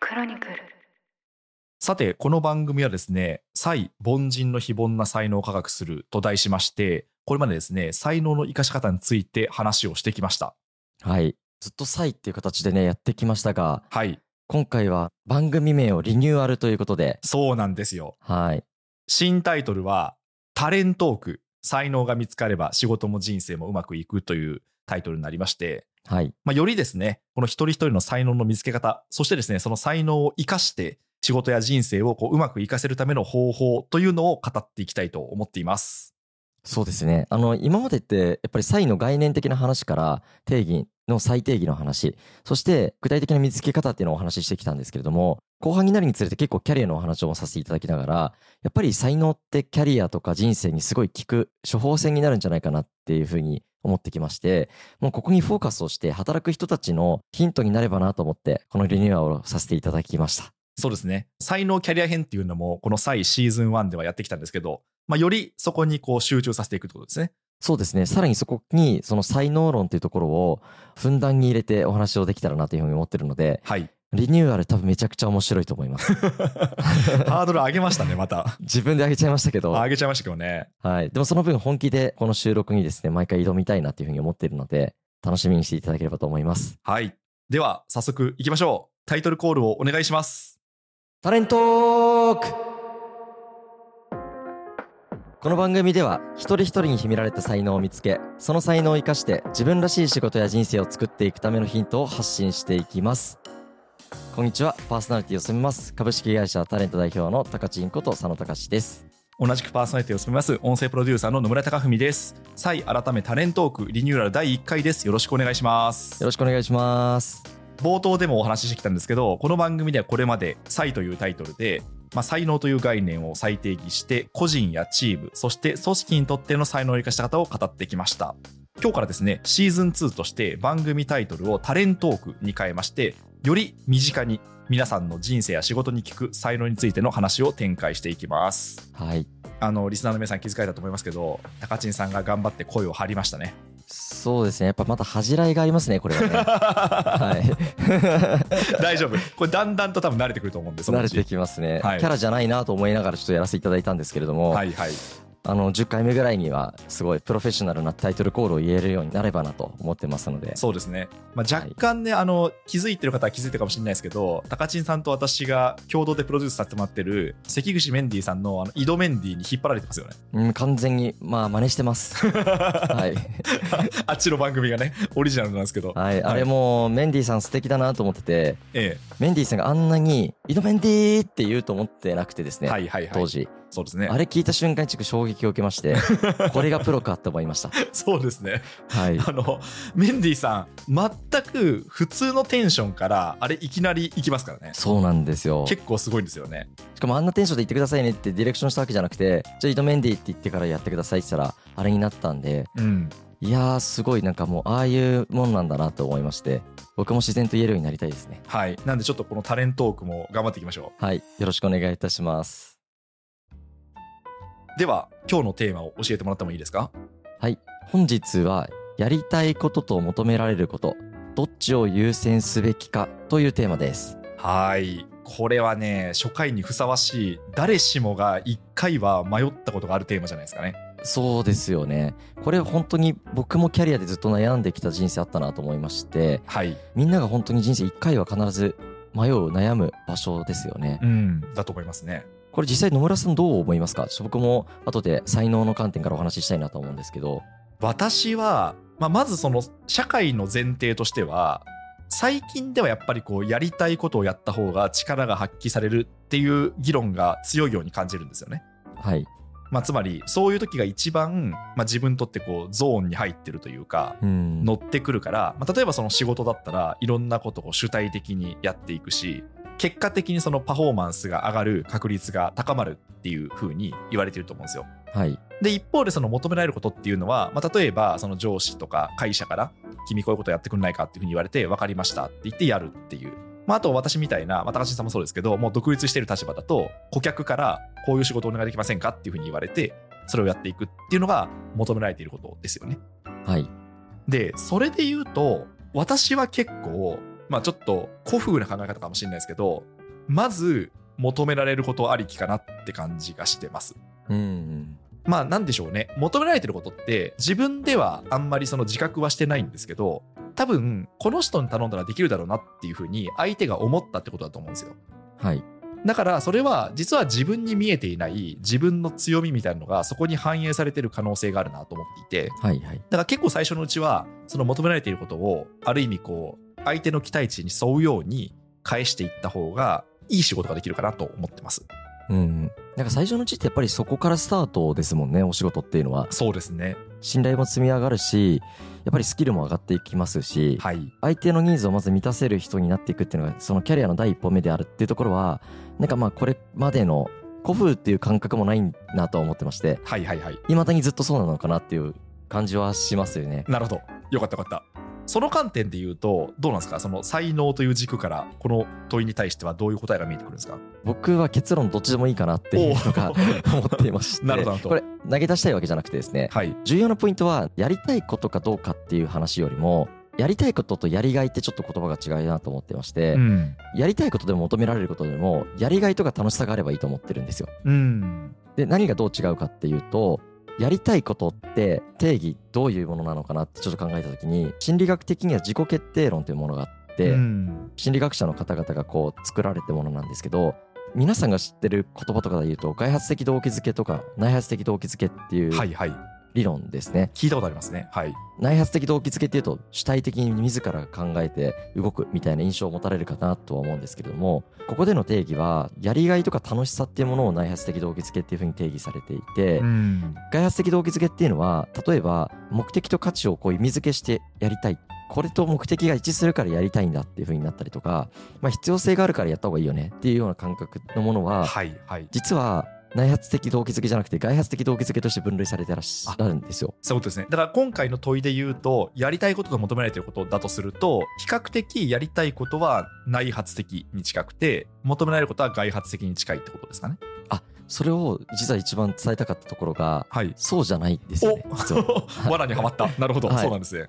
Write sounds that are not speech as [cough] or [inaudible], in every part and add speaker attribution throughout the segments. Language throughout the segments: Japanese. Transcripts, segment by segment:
Speaker 1: クロニクル
Speaker 2: さて、この番組はですね、才、凡人の非凡な才能を科学すると題しまして、これまでですね、才能の生かし方について話をしてきました。
Speaker 3: はい。ずっとサイっていう形でね、やってきましたが、
Speaker 2: はい、
Speaker 3: 今回は番組名をリニューアルということで、
Speaker 2: そうなんですよ。
Speaker 3: はい。
Speaker 2: 新タイトルは、タレントーク、才能が見つかれば仕事も人生もうまくいくというタイトルになりまして、
Speaker 3: はい。
Speaker 2: まあ、よりですね、この一人一人の才能の見つけ方、そしてですね、その才能を生かして、仕事や人生をこううまく生かせるための方法というのを語っていきたいと思っています。
Speaker 3: そうですね。あの、今までって、やっぱりサイの概念的な話から、定義の最定義の話、そして具体的な見つけ方っていうのをお話ししてきたんですけれども、後半になるにつれて結構キャリアのお話もさせていただきながら、やっぱり才能ってキャリアとか人生にすごい効く処方箋になるんじゃないかなっていうふうに思ってきまして、もうここにフォーカスをして働く人たちのヒントになればなと思って、このリニューアルをさせていただきました。
Speaker 2: そうですね、才能キャリア編っていうのも、この際シーズン1ではやってきたんですけど、まあ、よりそこにこう集中させていくってことですね。
Speaker 3: そうですね。さらにそこに、その才能論というところを、ふんだんに入れてお話をできたらなというふうに思ってるので、
Speaker 2: はい。
Speaker 3: リニューアル多分めちゃくちゃ面白いと思います。
Speaker 2: ハードル上げましたね、ま
Speaker 3: [laughs]
Speaker 2: た。
Speaker 3: 自分で上げちゃいましたけど、
Speaker 2: 上げちゃいましたけどね。
Speaker 3: はい。でもその分本気でこの収録にですね、毎回挑みたいなというふうに思っているので、楽しみにしていただければと思います。
Speaker 2: はい。では、早速いきましょう。タイトルコールをお願いします。
Speaker 3: タレントークこの番組では一人一人に秘められた才能を見つけその才能を生かして自分らしい仕事や人生を作っていくためのヒントを発信していきますこんにちはパーソナリティを務めます株式会社タレント代表の高知んこと佐野隆です
Speaker 2: 同じくパーソナリティを務めます、音声プロデューサーの野村貴文です。再改めタレントークリニューアル第1回です。よろしくお願いします。
Speaker 3: よろしくお願いします
Speaker 2: 冒頭でもお話ししてきたんですけどこの番組ではこれまで「才」というタイトルで、まあ、才能という概念を再定義して個人やチームそして組織にとっての才能を生かした方を語ってきました今日からですねシーズン2として番組タイトルを「タレントーク」に変えましてより身近に皆さんの人生や仕事に効く才能についての話を展開していきます
Speaker 3: はい
Speaker 2: あのリスナーの皆さん気づかれたと思いますけど高知さんが頑張って声を張りましたね [laughs]
Speaker 3: そうですねやっぱまた恥じらいがありますねこれはねはい
Speaker 2: 大丈夫これだんだんと多分慣れてくると思うんでその
Speaker 3: 慣
Speaker 2: う
Speaker 3: れ
Speaker 2: ち
Speaker 3: てきますね、
Speaker 2: はい
Speaker 3: キャラじゃないなと思いながらちょっとやらせていただいたんですけれども、
Speaker 2: はいはい
Speaker 3: あの10回目ぐらいにはすごいプロフェッショナルなタイトルコールを言えるようになればなと思ってますので
Speaker 2: そうですね、まあ、若干ね、あの気づいてる方は気づいてるかもしれないですけど高知さんと私が共同でプロデュースさせてもらってる関口メンディーさんのあの井戸メンディーに引っ張られてますよね [laughs]
Speaker 3: うん完全にまあ真似してますはい、
Speaker 2: あっちの番組がね [laughs] オリジナルなんですけど、
Speaker 3: はい、あれもメンディーさん素敵だなと思ってて
Speaker 2: え
Speaker 3: メンディーさんがあんなに「井戸メンディー!」って言うと思ってなくてです
Speaker 2: え
Speaker 3: ね、
Speaker 2: はいはいは
Speaker 3: 当
Speaker 2: い
Speaker 3: 時
Speaker 2: そうですね
Speaker 3: あれ聞いた瞬間にちょっと衝撃を受けましてこれがプロかって思いました
Speaker 2: [laughs] そうですね
Speaker 3: はい
Speaker 2: あのメンディーさん全く普通のテンションからあれいきなり行きますからね
Speaker 3: そうなんですよ
Speaker 2: 結構すごいんですよね
Speaker 3: しかもあんなテンションで言ってくださいねってディレクションしたわけじゃなくてじゃあ井戸メンディーって言ってからやってくださいって言ったらあれになったんで
Speaker 2: うん
Speaker 3: いやーすごいなんかもうああいうもんなんだなと思いまして僕も自然と言えるようになりたいですね
Speaker 2: はいなんでちょっとこのタレントークも頑張っていきましょう
Speaker 3: はいよろしくお願いいたします
Speaker 2: では今日のテーマを教えてもらってもいいですか
Speaker 3: はい本日はやりたいことと求められることどっちを優先すべきかというテーマです
Speaker 2: はい。これはね、初回にふさわしい、誰しもが一回は迷ったことがあるテーマじゃないですかね。
Speaker 3: そうですよねこれ本当に僕もキャリアでずっと悩んできた人生あったなと思いまして
Speaker 2: はい。
Speaker 3: みんなが本当に人生1回は必ず迷う悩む場所ですよね
Speaker 2: うん。だと思いますね。
Speaker 3: これ実際野村さんどう思いますかちょっと僕も後で才能の観点からお話ししたいなと思うんですけど
Speaker 2: 私は、まあ、まずその、社会の前提としては、最近ではやっぱりこう、やりたいことをやった方が力が発揮されるっていう議論が強いように感じるんですよね。
Speaker 3: はい
Speaker 2: まあ、つまり、そういう時が一番、まあ、自分にとってこう、ゾーンに入ってるというか、
Speaker 3: うん
Speaker 2: 乗ってくるから、まあ、例えばその仕事だったらいろんなことを主体的にやっていくし結果的にそのパフォーマンスが上がる確率が高まるっていう風に言われてると思うんですよ。
Speaker 3: はい。
Speaker 2: で一方でその求められることっていうのは、まあ、例えばその上司とか会社から「君こういうことやってくんないか」っていうふうに言われて「分かりました」って言ってやるっていう。まあ、あと私みたいな、まあ、高橋さんもそうですけどもう独立してる立場だと顧客からこういう仕事お願いできませんかっていうふうに言われてそれをやっていくっていうのが求められていることですよね。
Speaker 3: はい。
Speaker 2: でそれで言うと私は結構まあちょっと古風な考え方かもしれないですけどまず求められることありきかなって感じがしてます。
Speaker 3: うん
Speaker 2: まあなんでしょうね求められてることって自分ではあんまりその自覚はしてないんですけど多分この人に頼んだらできるだろうなっていうふうに相手が思ったってことだと思うんですよ
Speaker 3: はい
Speaker 2: だからそれは実は自分に見えていない自分の強みみたいなのがそこに反映されてる可能性があるなと思っていて
Speaker 3: はいはい
Speaker 2: だから結構最初のうちはその求められていることをある意味こう相手の期待値に沿うように返していった方がいい仕事ができるかなと思ってます
Speaker 3: うんなんか最初のうちってやっぱりそこからスタートですもんねお仕事っていうのは
Speaker 2: そうですね
Speaker 3: 信頼も積み上がるしやっぱりスキルも上がっていきますし
Speaker 2: はい
Speaker 3: 相手のニーズをまず満たせる人になっていくっていうのがそのキャリアの第一歩目であるっていうところはなんかまあこれまでの古風っていう感覚もないなとは思ってまして
Speaker 2: はいはいはい
Speaker 3: いまだにずっとそうなのかなっていう感じはしますよね。
Speaker 2: なるほど。よかったよかった。その観点で言うと、どうなんですかその才能という軸から、この問いに対してはどういう答えが見えてくるんですか
Speaker 3: 僕は結論どっちでもいいかなっていうのが思っていまし
Speaker 2: [laughs]
Speaker 3: て
Speaker 2: なるほどなるほど
Speaker 3: これ投げ出したいわけじゃなくてですね
Speaker 2: はい。
Speaker 3: 重要なポイントはやりたいことかどうかっていう話よりもやりたいこととやりがいってちょっと言葉が違うなと思ってまして、
Speaker 2: うん。
Speaker 3: やりたいことでも求められることでもやりがいとか楽しさがあればいいと思ってるんですよ。
Speaker 2: うん。
Speaker 3: で何がどう違うかっていうとやりたいことって定義どういうものなのかなってちょっと考えた時に心理学的には自己決定論というものがあって、
Speaker 2: うん
Speaker 3: 心理学者の方々がこう作られたものなんですけど皆さんが知ってる言葉とかで言うと外発的動機づけとか内発的動機づけっていう
Speaker 2: はいはい。
Speaker 3: 理論ですね、
Speaker 2: 聞いたことありますね。はい。
Speaker 3: 内発的動機づけっていうと主体的に自らが考えて動くみたいな印象を持たれるかなとは思うんですけれどもここでの定義はやりがいとか楽しさっていうものを内発的動機づけっていうふうに定義されていて、
Speaker 2: ん。
Speaker 3: 外発的動機づけっていうのは例えば目的と価値をこう意味付けしてやりたいこれと目的が一致するからやりたいんだっていう風になったりとか、まあ、必要性があるからやった方がいいよねっていうような感覚のものは
Speaker 2: はいはい。
Speaker 3: 実は内発的動機づけじゃなくて外発的動機づけとして分類されてらっしゃるんですよ。
Speaker 2: そういうことですね。だから今回の問いで言うと、やりたいことと求められていることだとすると、比較的やりたいことは内発的に近くて、求められることは外発的に近いってことですかね。
Speaker 3: それを実は一番伝えたかったところが
Speaker 2: はい。 [laughs]
Speaker 3: そうじゃないんですよね
Speaker 2: お
Speaker 3: 実は
Speaker 2: 罠にはま
Speaker 3: [laughs]
Speaker 2: った。なるほど。
Speaker 3: はい
Speaker 2: そうなんですね。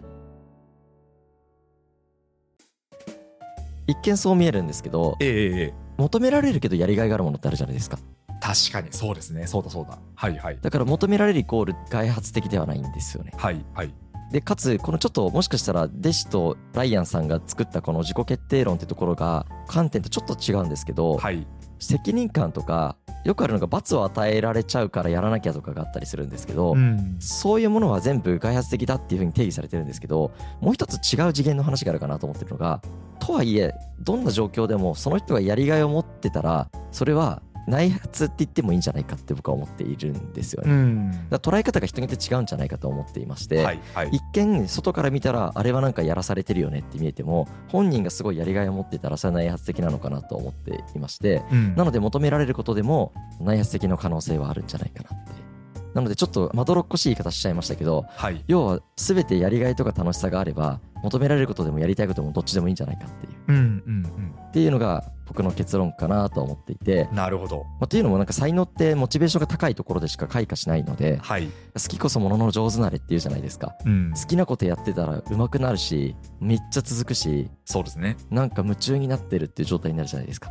Speaker 3: 一見そう見えるんですけど
Speaker 2: ええええええ。
Speaker 3: 求められるけどやりがいがあるものってあるじゃないですか
Speaker 2: 確かにそうですねそうだそうだはいはい
Speaker 3: だから求められるイコール外発的ではないんですよね
Speaker 2: はいはい
Speaker 3: でかつこのちょっともしかしたら弟子とライアンさんが作ったこの自己決定論ってところが観点とちょっと違うんですけど、
Speaker 2: はい
Speaker 3: 責任感とかよくあるのが罰を与えられちゃうからやらなきゃとかがあったりするんですけど、
Speaker 2: ん
Speaker 3: そういうものは全部外発的だっていうふうに定義されてるんですけどもう一つ違う次元の話があるかなと思ってるのがとはいえどんな状況でもその人がやりがいを持ってたらそれは内発って言ってもいいんじゃないかって僕は思っているんですよね。
Speaker 2: ん
Speaker 3: だから捉え方が人によって違うんじゃないかと思っていまして、
Speaker 2: はいはい
Speaker 3: 一見外から見たらあれはなんかやらされてるよねって見えても本人がすごいやりがいを持ってたらそれは内発的なのかなと思っていましてなので求められることでも内発的の可能性はあるんじゃないかなってなのでちょっとまどろっこしい言い方しちゃいましたけど
Speaker 2: はい
Speaker 3: 要は全てやりがいとか楽しさがあれば求められることでもやりたいこともどっちでもいいんじゃないかっていう
Speaker 2: うんうん
Speaker 3: っていうのが僕の結論かなとは思っていて、
Speaker 2: うんなるほど
Speaker 3: まあ、というのもなんか才能ってモチベーションが高いところでしか開花しないので
Speaker 2: はい
Speaker 3: 好きこそものの上手なれっていうじゃないですか
Speaker 2: うん
Speaker 3: 好きなことやってたら上手くなるしめっちゃ続くし
Speaker 2: そうですね
Speaker 3: なんか夢中になってるっていう状態になるじゃないですか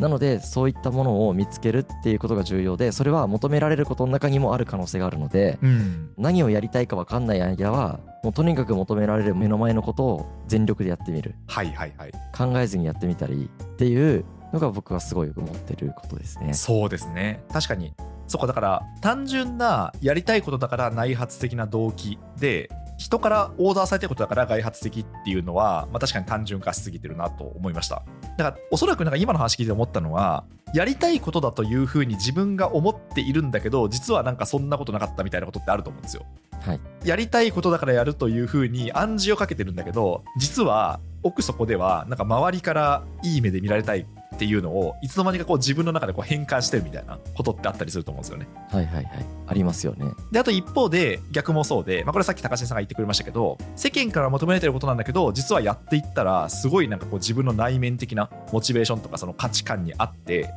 Speaker 3: なのでそういったものを見つけるっていうことが重要でそれは求められることの中にもある可能性があるので
Speaker 2: うん
Speaker 3: 何をやりたいか分かんない間はもうとにかく求められる目の前のことを全力でやってみる
Speaker 2: はいはいはい
Speaker 3: 考えずにやってみたりっていうのが僕はすごい思ってることですね
Speaker 2: そうですね確かにそこだから単純なやりたいことだから内発的な動機で人からオーダーされたことだから外発的っていうのは、まあ、確かに単純化しすぎてるなと思いましただからおそらくなんか今の話聞いて思ったのはやりたいことだというふうに自分が思っているんだけど実はなんかそんなことなかったみたいなことってあると思うんですよ
Speaker 3: はい
Speaker 2: やりたいことだからやるというふうに暗示をかけてるんだけど実は奥底ではなんか周りからいい目で見られたいっていうのをいつの間にかこう自分の中でこう変換してるみたいなことってあったりすると思うんですよね。
Speaker 3: はいはいはいありますよね
Speaker 2: であと一方で逆もそうで、まあ、これさっき高橋さんが言ってくれましたけど世間から求められてることなんだけど実はやっていったらすごいなんかこう自分の内面的なモチベーションとかその価値観にあって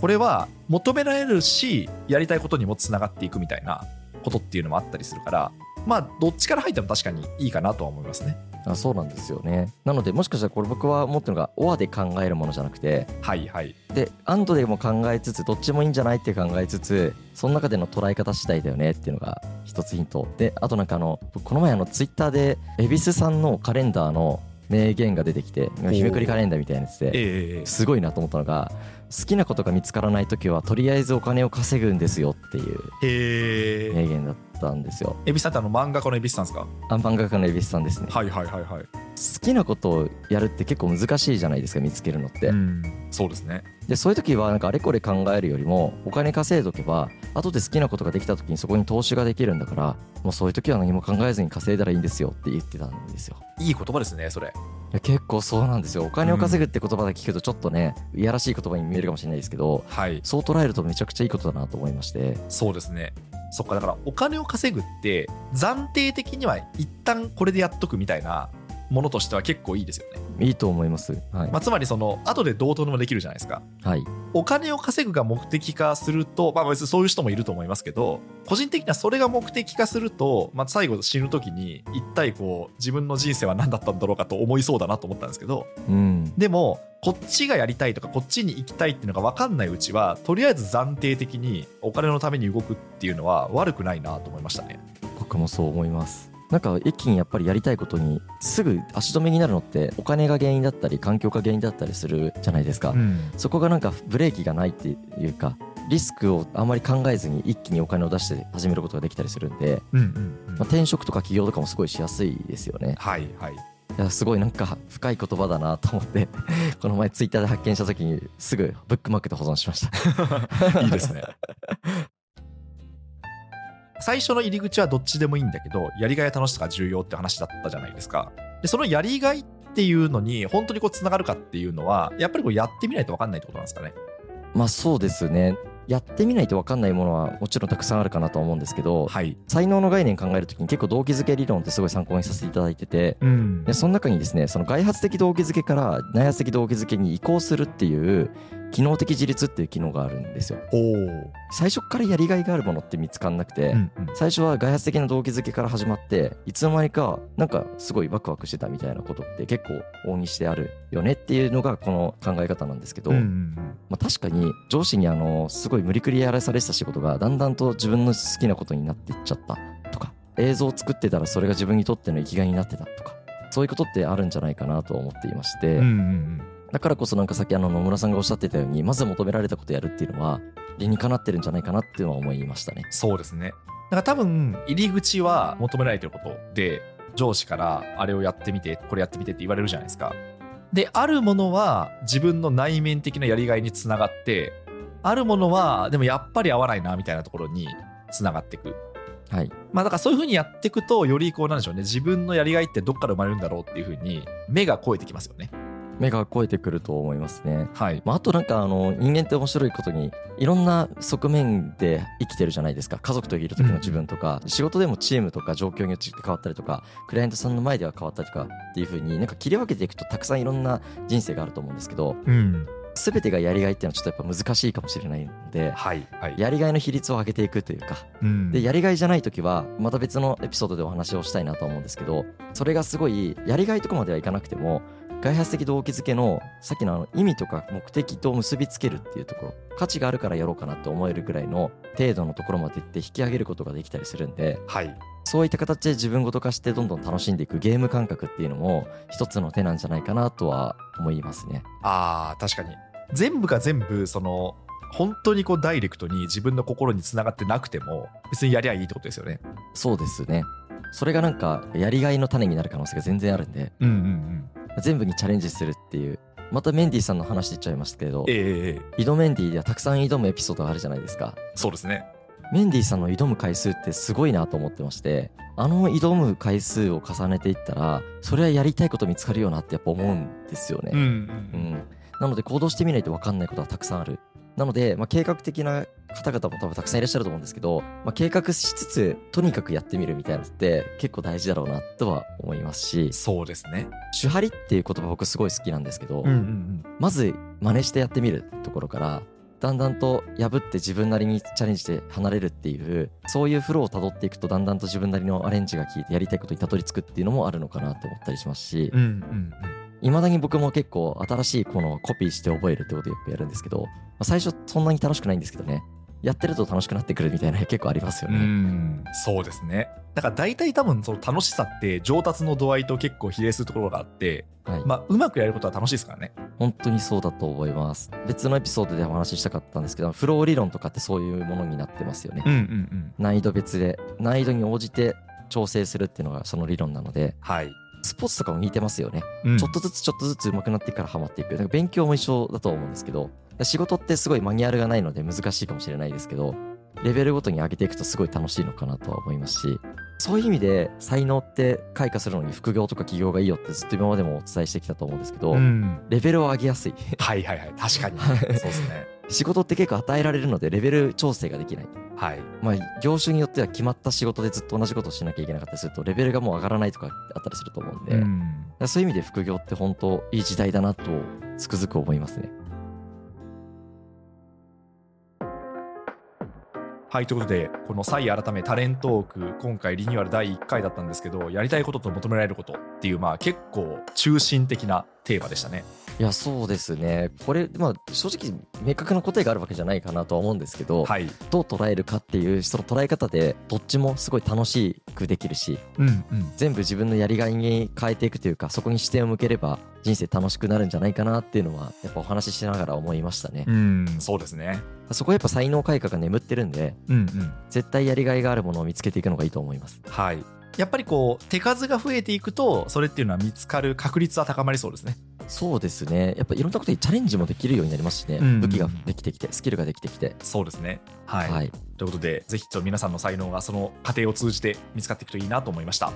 Speaker 2: これは求められるしやりたいことにもつながっていくみたいなことっていうのもあったりするからまあどっちから入っても確かにいいかなとは思いますね。
Speaker 3: あそうなんですよねなのでもしかしたらこれ僕は思ってるのが「オア」で考えるものじゃなくて
Speaker 2: はいはい
Speaker 3: で「アンド」でも考えつつどっちもいいんじゃないって考えつつその中での捉え方次第だよねっていうのが一つヒントであとなんかあの僕この前あのツイッターで恵比寿さんのカレンダーの名言が出てきて
Speaker 2: お
Speaker 3: 日めくりカレンダーみたいなやつで
Speaker 2: ええ
Speaker 3: すごいなと思ったのが好きなことが見つからない時はとりあえずお金を稼ぐんですよっていう
Speaker 2: へえ
Speaker 3: 名言だったんですよ。
Speaker 2: 蛭子さんってあの漫画家の蛭子さんですか
Speaker 3: あ漫画家の蛭子さんですね。
Speaker 2: はいはいはいはい
Speaker 3: 好きなことをやるって結構難しいじゃないですか見つけるのって。
Speaker 2: うんそうですね
Speaker 3: でそういう時はなんかあれこれ考えるよりもお金稼いどけば後で好きなことができた時にそこに投資ができるんだからもうそういう時は何も考えずに稼いだらいいんですよって言ってたんですよ。
Speaker 2: いい言葉ですねそれ
Speaker 3: いや結構そうなんですよお金を稼ぐって言葉だけ聞くとちょっとねいやらしい言葉に見えるかもしれないですけど
Speaker 2: はい
Speaker 3: そう捉えるとめちゃくちゃいいことだなと思いまして
Speaker 2: そうですねそっかだからお金を稼ぐって暫定的には一旦これでやっとくみたいなものとしては結構いいですよね、
Speaker 3: いいと思います。はい
Speaker 2: まあ、つまりその後でどうとでもできるじゃないですか
Speaker 3: はい、
Speaker 2: お金を稼ぐが目的化すると、まあ、別にそういう人もいると思いますけど個人的にはそれが目的化すると、まあ、最後死ぬ時に一体こう自分の人生は何だったんだろうかと思いそうだなと思ったんですけど
Speaker 3: うん、
Speaker 2: でもこっちがやりたいとかこっちに行きたいっていうのが分かんないうちはとりあえず暫定的にお金のために動くっていうのは悪くないなと思いましたね。
Speaker 3: 僕もそう思いますなんか一気にやっぱりやりたいことにすぐ足止めになるのってお金が原因だったり環境が原因だったりするじゃないですか、そこがなんかブレーキがないっていうかリスクをあまり考えずに一気にお金を出して始めることができたりするんで、
Speaker 2: うんうんうん
Speaker 3: まあ、転職とか起業とかもすごいしやすいですよね
Speaker 2: はいはい
Speaker 3: いやすごいなんか深い言葉だなと思って [laughs] この前ツイッターで発見した時にすぐブックマークで保存しました
Speaker 2: いいですね。 [laughs] 最初の入り口はどっちでもいいんだけど、やりがいや楽しさが重要って話だったじゃないですか。で、そのやりがいっていうのに、本当にこう、つながるかっていうのは、やっぱりこう、やってみないと分かんないってことなんですかね。
Speaker 3: まあそうですねやってみないと分かんないものはもちろんたくさんあるかなとは思うんですけど、
Speaker 2: はい。
Speaker 3: 才能の概念考えるときに結構動機づけ理論ってすごい参考にさせていただいてて
Speaker 2: うん
Speaker 3: でその中にですねその外発的動機づけから内発的動機づけに移行するっていう機能的自立っていう機能があるんですよ
Speaker 2: おお。
Speaker 3: 最初からやりがいがあるものって見つかんなくて、
Speaker 2: うん
Speaker 3: 最初は外発的な動機づけから始まっていつの間にかなんかすごいワクワクしてたみたいなことって結構往々にしてあるよねっていうのがこの考え方なんですけど、
Speaker 2: うんうん
Speaker 3: まあ、確かに上司にあのすごい無理くりやらされてた仕事がだんだんと自分の好きなことになっていっちゃったとか映像を作ってたらそれが自分にとっての生きがいになってたとかそういうことってあるんじゃないかなと思っていまし
Speaker 2: うん
Speaker 3: て、
Speaker 2: うんうん
Speaker 3: だからこそなんかさっきあの野村さんがおっしゃってたようにまず求められたことやるっていうのは理にかなってるんじゃないかなっていうのは思いましたね。
Speaker 2: そうですね。だから多分、入り口は求められてることで、上司からあれをやってみて、これやってみてって言われるじゃないですか。で、あるものは自分の内面的なやりがいにつながって、あるものはでもやっぱり合わないなみたいなところにつながっていく。
Speaker 3: はい、
Speaker 2: まあだからそういうふうにやっていくと、よりこうなんでしょうね、自分のやりがいってどっから生まれるんだろうっていうふうに、目が肥えてきますよね。
Speaker 3: 目が超えてくると思いますね。
Speaker 2: はい。
Speaker 3: まあ、あとなんかあの人間って面白いことにいろんな側面で生きてるじゃないですか家族といる時の自分とか仕事でもチームとか状況によって変わったりとかクライアントさんの前では変わったりとかっていう風になんか切り分けていくとたくさんいろんな人生があると思うんですけど
Speaker 2: うん。
Speaker 3: 全てがやりがいっていうのはちょっとやっぱ難しいかもしれないので
Speaker 2: はい。はい。
Speaker 3: やりがいの比率を上げていくというか
Speaker 2: うん
Speaker 3: でやりがいじゃない時はまた別のエピソードでお話をしたいなと思うんですけどそれがすごいやりがいとこまではいかなくても外発的動機づけのさっきのあの意味とか目的と結びつけるっていうところ価値があるからやろうかなって思えるぐらいの程度のところまで行って引き上げることができたりするんで
Speaker 2: はい。
Speaker 3: そういった形で自分ごと化してどんどん楽しんでいくゲーム感覚っていうのも一つの手なんじゃないかなとは思いますね。
Speaker 2: あー確かに全部が全部その本当にこうダイレクトに自分の心につながってなくても別にやりゃいいってことですよね。
Speaker 3: そうですねそれがなんかやりがいの種になる可能性が全然あるんで
Speaker 2: うんうんうん。
Speaker 3: 全部にチャレンジするっていうまたメンディーさんの話出ちゃいましたけど
Speaker 2: ええええ
Speaker 3: 挑メンディーではたくさん挑むエピソードがあるじゃないですか
Speaker 2: そうですね。
Speaker 3: メンディーさんの挑む回数ってすごいなと思ってましてあの挑む回数を重ねていったらそれはやりたいこと見つかるよなってやっぱ思うんですよ
Speaker 2: うん
Speaker 3: ね、うんなので行動してみないと分かんないことはたくさんあるなので、まあ、計画的な方々も多分たくさんいらっしゃると思うんですけど、まあ、計画しつつとにかくやってみるみたいなのって結構大事だろうなとは思いますし
Speaker 2: そうですね。
Speaker 3: 手張りっていう言葉僕すごい好きなんですけど、
Speaker 2: うんうん
Speaker 3: まず真似してやってみるところからだんだんと破って自分なりにチャレンジして離れるっていうそういうフローをたどっていくとだんだんと自分なりのアレンジが効いてやりたいことにたどり着くっていうのもあるのかなと思ったりしますし
Speaker 2: うんうん
Speaker 3: いまだに僕も結構新しいものをコピーして覚えるってことをよくやるんですけど、まあ最初そんなに楽しくないんですけどねやってると楽しくなってくるみたいな結構ありますよ
Speaker 2: うんう
Speaker 3: ね。
Speaker 2: んそうですねだから大体多分その楽しさって上達の度合いと結構比例するところがあって、
Speaker 3: はい
Speaker 2: まあ、うまくやることは楽しいですからね
Speaker 3: 本当にそうだと思います別のエピソードでお話ししたかったんですけどフロー理論とかってそういうものになってますよね、
Speaker 2: うんうんうん
Speaker 3: 難易度別で難易度に応じて調整するっていうのがその理論なので
Speaker 2: はい、
Speaker 3: スポーツとかも似てますよね、
Speaker 2: うん
Speaker 3: ちょっとずつちょっとずつ上手くなっていくからハマっていくなんか勉強も一緒だと思うんですけど仕事ってすごいマニュアルがないので難しいかもしれないですけどレベルごとに上げていくとすごい楽しいのかなとは思いますしそういう意味で才能って開花するのに副業とか起業がいいよってずっと今までもお伝えしてきたと思うんですけど、
Speaker 2: うん
Speaker 3: レベルを上げやすい [laughs]
Speaker 2: はいはいはい確かに
Speaker 3: はい
Speaker 2: そうですね
Speaker 3: 仕事って結構与えられるのでレベル調整ができない。
Speaker 2: はい
Speaker 3: まあ、業種によっては決まった仕事でずっと同じことをしなきゃいけなかったりするとレベルがもう上がらないとかあったりすると思うんで、
Speaker 2: う
Speaker 3: だか
Speaker 2: ん
Speaker 3: らそういう意味で副業って本当いい時代だなとつくづく思いますね。
Speaker 2: はいということでこの「サイ改めタレントーク」今回リニューアル第1回だったんですけどやりたいことと求められることっていうまあ結構中心的なテーマでしたね
Speaker 3: いやそうですねこれ、まあ、正直明確な答えがあるわけじゃないかなとは思うんですけど、
Speaker 2: はい
Speaker 3: どう捉えるかっていうその捉え方でどっちもすごい楽しくできるし
Speaker 2: うんうん
Speaker 3: 全部自分のやりがいに変えていくというかそこに視点を向ければ人生楽しくなるんじゃないかなっていうのはやっぱお話ししながら思いましたね。
Speaker 2: うんそうですね
Speaker 3: そこはやっぱ才能開花が眠ってるんで
Speaker 2: うんうん
Speaker 3: 絶対やりがいがあるものを見つけていくのがいいと思います
Speaker 2: はいやっぱりこう手数が増えていくとそれっていうのは見つかる確率は高まりそうですね
Speaker 3: そうですねやっぱいろんなことにチャレンジもできるようになりますしね、
Speaker 2: うん
Speaker 3: 武器ができてきてスキルができてきて
Speaker 2: そうですねは、
Speaker 3: はいい、
Speaker 2: ということでぜひちょっと皆さんの才能がその過程を通じて見つかっていくといいなと思いました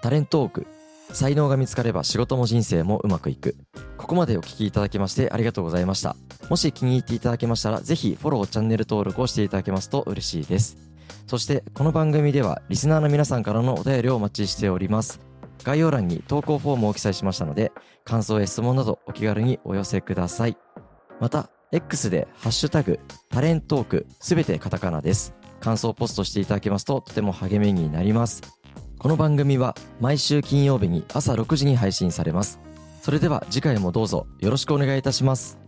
Speaker 3: タレントオーク才能が見つかれば仕事も人生もうまくいくここまでお聞きいただきましてありがとうございましたもし気に入っていただけましたらぜひフォローチャンネル登録をしていただけますと嬉しいですそしてこの番組ではリスナーの皆さんからのお便りをお待ちしております概要欄に投稿フォームを記載しましたので感想や質問などお気軽にお寄せくださいまた X で「ハッシュタグタレントーク」すべてカタカナです感想をポストしていただけますととても励みになりますこの番組は毎週金曜日に朝6時に配信されますそれでは次回もどうぞよろしくお願いいたします